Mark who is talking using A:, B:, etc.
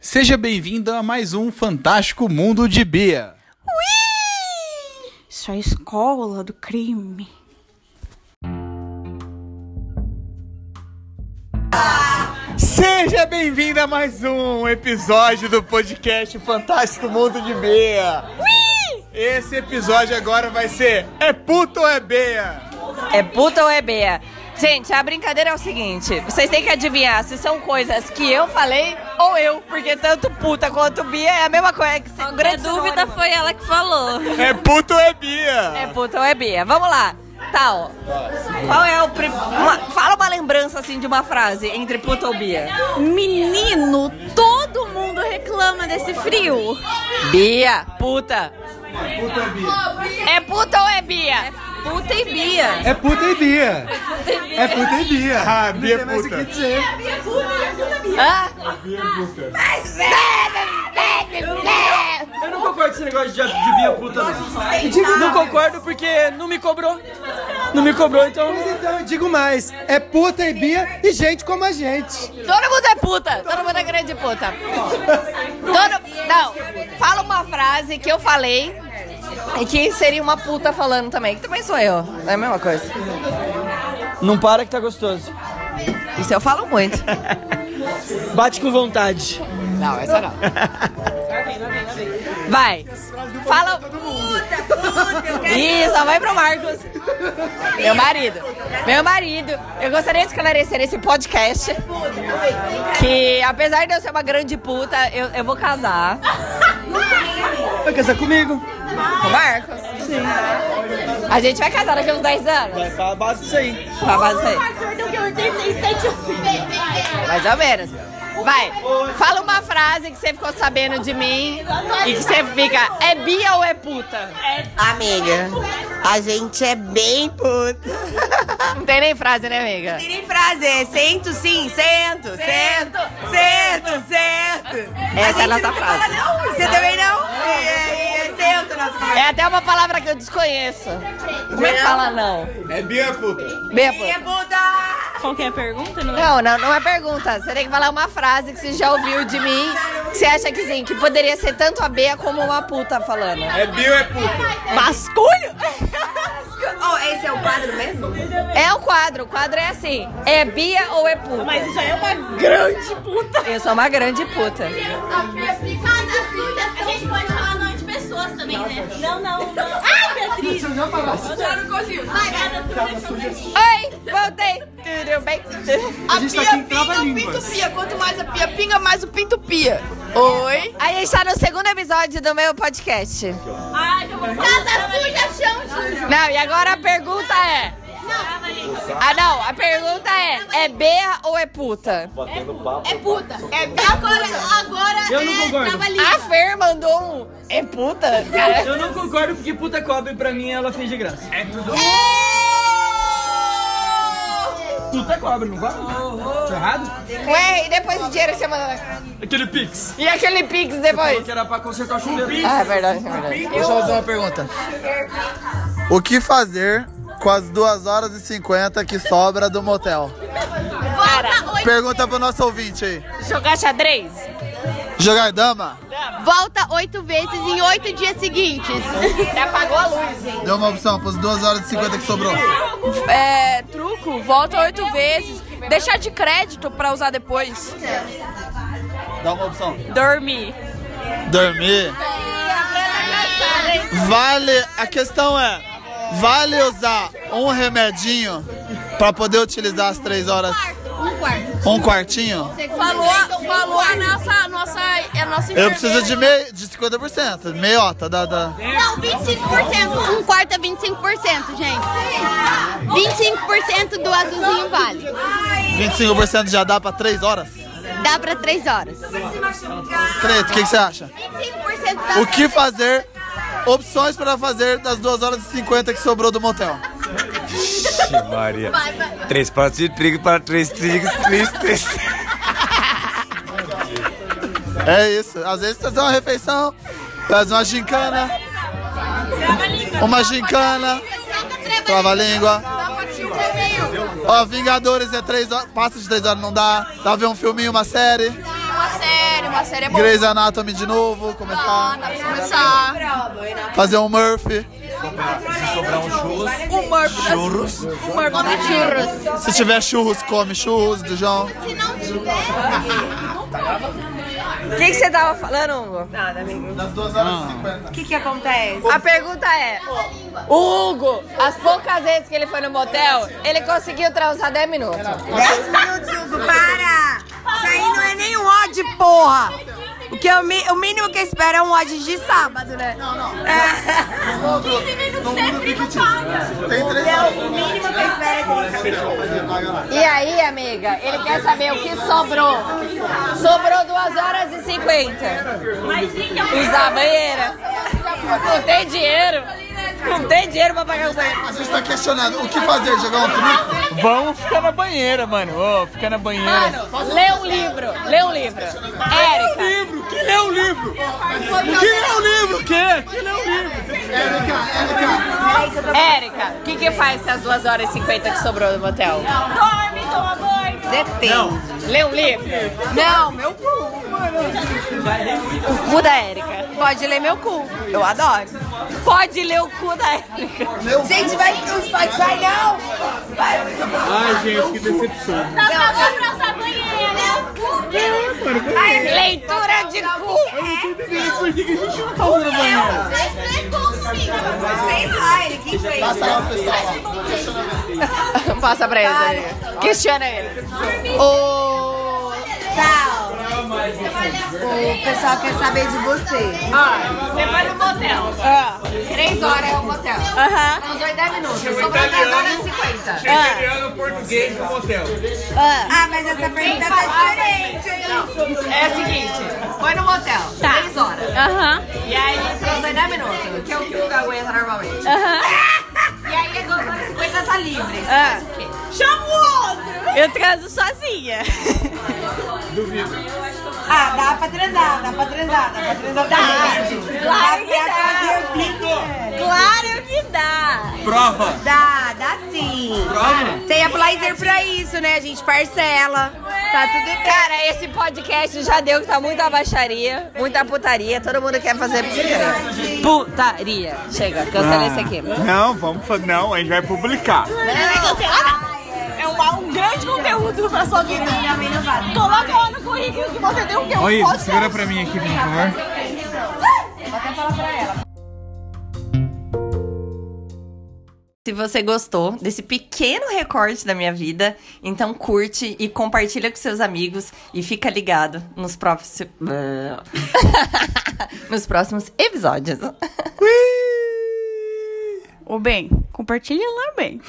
A: Seja bem-vinda a mais um Fantástico Mundo de Bia.
B: Isso é a escola do crime.
A: Seja bem-vinda a mais um episódio do podcast Fantástico Mundo de Bia. Esse episódio agora vai ser É Puta ou É Bia?
C: É puta ou é bea? Gente, a brincadeira é o seguinte: vocês têm que adivinhar se são coisas que eu falei ou eu, porque tanto puta quanto bia é a mesma coisa. Que
D: A grande dúvida foi ela que falou.
A: É Puta ou É
C: É
A: Bia?
C: puta ou é bia? Vamos lá. Tal. Qual é o. pri- uma- fala uma lembrança assim de uma frase entre puta ou bia.
D: Menino, todo mundo reclama desse frio.
C: Bia, puta. É puta ou é bia?
D: Puta e Bia.
E: É puta e Bia. É puta e Bia.
A: Ah,
E: Não
A: Bia
E: tem mais o
A: puta.
E: que dizer.
C: Hã?
F: Eu não concordo com esse negócio de, de Bia puta. Não. não concordo porque não me cobrou. Não me cobrou, então.
E: Mas então eu digo mais. É puta e Bia e gente como a gente.
C: Todo mundo é puta, todo mundo é grande puta. Todo... Não, fala uma frase que eu falei e que seria uma puta falando também, que também sou eu, é a mesma coisa.
F: Não para que tá gostoso.
C: Isso eu falo muito.
F: Bate com vontade.
C: Não, essa não. Vai, fala. Isso, vai pro Marcos. Meu marido. Meu marido. Eu gostaria de esclarecer esse podcast. Que apesar de eu ser uma grande puta, eu, eu vou casar.
F: Vai casar comigo?
C: Com o Marcos? Sim. A gente vai casar daqui a uns 10 anos?
F: Vai pra Tá, base disso aí.
C: Pra base aí. Mais ou menos. Vai, fala uma frase que você ficou sabendo de mim e que você fica, é bia ou é puta?
G: Amiga, a gente é bem puta.
C: Não tem nem frase, né, amiga?
G: Tirei frase, é sento sim, sento, sento, sento, sento.
C: Essa é
G: gente
C: a nossa
G: não fala,
C: frase.
G: Não, você também não? E, é- e, é sento, nossa conversa.
C: É até uma palavra que eu desconheço. Como é que fala não?
A: É Bia puta.
C: Bia
G: Quem é
C: puta.
G: puta?
D: Qual que é a pergunta? Não
C: Não, não, não é pergunta. Você tem que falar uma frase que você já ouviu de mim. que Você acha que sim, que poderia ser tanto a Bia como uma puta falando.
A: É Bia ou É puta?
C: Basculho?
G: Oh, esse é o quadro mesmo?
C: É o quadro, o quadro é assim, é Bia ou é puta? Mas isso aí é uma grande puta. Eu sou uma grande puta.
D: A gente pode falar nome de pessoas também, né? Não, não, não. Ai, Beatriz! Eu não consigo.
C: Oi, voltei. Tudo bem?
E: A gente tá aqui em trava-língua.
C: A gente tá no segundo episódio do meu podcast.
D: Ai, eu vou Casa suja, chão sujo.
C: Não, e agora a pergunta é... Ah, não, a pergunta é, é Bia ou é puta?
D: É puta. É puta. Agora, agora
F: Eu não concordo.
C: A Fer mandou um, é puta? Cara,
F: Eu não concordo porque puta cobre pra mim ela fez de graça. É tudo. Puta cobre, não vale? Tô errado?
C: ué, e depois o dinheiro que você mandou?
F: Aquele pix.
C: E aquele pix
F: Falou
C: depois?
F: que era pra consertar o chuveiro.
C: Ah, é verdade, é verdade.
H: Deixa eu fazer uma pergunta. O que fazer com as 2 horas e 50 que sobra do motel? Pergunta pro nosso ouvinte aí.
C: Jogar xadrez?
H: Jogar dama?
I: Volta oito vezes em oito dias seguintes.
C: Ele apagou a luz, hein?
H: Deu uma opção pros 2 horas e 50 que sobrou.
D: É, truco, volta oito vezes. Deixar de crédito pra usar depois.
H: Dá uma opção.
D: Dormir.
H: Dormir? Vale. A questão é: vale usar um remedinho pra poder utilizar as 3 horas? Um quartinho?
D: Falou, falou a nossa, a nossa, a nossa
H: Eu preciso de, mei, de 50%, meiota da. da...
I: Não, 25%. Um quarto é 25%, gente. 25% do azulzinho vale.
H: 25% já dá pra 3 horas?
I: Dá pra três horas.
H: Preto, o que, que você acha?
I: 25%
H: O que fazer? Opções para fazer das 2 horas e 50 que sobrou do motel.
A: Maria. Três pratos de trigo para três trigos tristes.
H: É isso. Às vezes fazer uma refeição, faz uma gincana. Uma gincana. Trava a língua. Ó, Vingadores é 3 horas. Passa de 3 horas, não dá. Dá pra ver um filminho, uma série.
D: Uma série.
I: série, uma série é boa.
H: Grey's Anatomy de novo,
I: Ah,
H: começar.
I: dá pra começar.
H: Fazer um Murphy.
I: O Murphy das
H: Churros.
I: O Murphy das Um churros.
H: Se tiver churros, come churros do João.
I: Se não tiver...
C: O que, que você tava falando, Hugo?
G: Nada, amigo.
H: Das 2 horas e 50.
G: O que que acontece?
C: A pergunta é: O Hugo, as poucas vezes que ele foi no motel, ele conseguiu transar 10 minutos.
G: 10 minutos, Hugo, para! Isso aí não é nem um ódio, porra! O, que eu, mi- o mínimo que eu espero é um ódio de sábado, né? Não, não. É.
D: 15 minutos sempre não paga.
H: Tem três
G: O mínimo que eu espero é dele.
C: E aí, amiga, ele quer saber o que sobrou. Sobrou 2 horas e 50.
D: Mas fica
C: Usar a banheira. Não tem dinheiro. Não tem dinheiro pra pagar o banheiro.
H: A gente tá questionando o que fazer, jogar um truque?
A: Vamos ficar na banheira, mano. Ô, ficar na banheira.
C: Mano, lê um livro. Lê um livro. Érica.
A: Livro, que lê o livro? Que lê o livro? Que? Que lê o livro?
C: Érica, o que, que faz com as 2 horas e 50 que sobrou do motel?
D: dorme, toma banho.
C: Depende. Lê um livro? Não, meu cu. O cu da Érica.
G: Pode ler meu cu. Eu adoro.
C: Pode ler o cu da Érica.
G: Gente, vai pro Spotify, não! Vai.
A: Ai, gente, que decepção.
D: Tá pagando pra usar banheira, né?
C: Leitura de cu.
A: Por que, que a gente não tá usando banheira?
D: Mas um não é consigo.
G: Sei lá, ele que fez.
H: Passa lá, pessoal.
C: Passa pra ele, Daniel. Questiona é ele.
G: Ô, Tchau. O pessoal quer saber de você.
C: Você vai no motel. Três horas é o motel. Ah. Aham. Uhum. 10 minutos. Sobrou 10 horas e 50.
A: Italiano, português no motel.
G: Ah, mas essa pergunta tá diferente, hein?
C: É o seguinte, foi no motel, três horas. E aí, são 10 minutos, que é o que eu aguento normalmente. E aí, agora as horas e 50 tá livre. Você faz o quê?
I: Eu transo sozinha.
G: Ah, dá pra transar, dá pra transar, dá pra transar. Dá, dá pra fazer o que quiser.
I: Claro que dá.
A: Prova.
G: Dá, dá sim. Tem a Blazer pra isso, né? A gente parcela. Tá tudo em casa.
C: Cara, esse podcast já deu que tá muita baixaria, muita putaria. Todo mundo quer fazer putaria. Putaria. Chega, cancela esse aqui.
G: é
A: Não, vamos fazer. Não, a gente vai publicar.
I: É um, um grande conteúdo pra sua vida. Coloca lá no currículo que você deu um conteúdo.
A: Olha isso, segura pra mim aqui, por favor.
C: Se você gostou desse pequeno recorte da minha vida, então curte e compartilha com seus amigos e fica ligado nos próximos nos próximos episódios.
B: Ô, bem, compartilha lá, bem.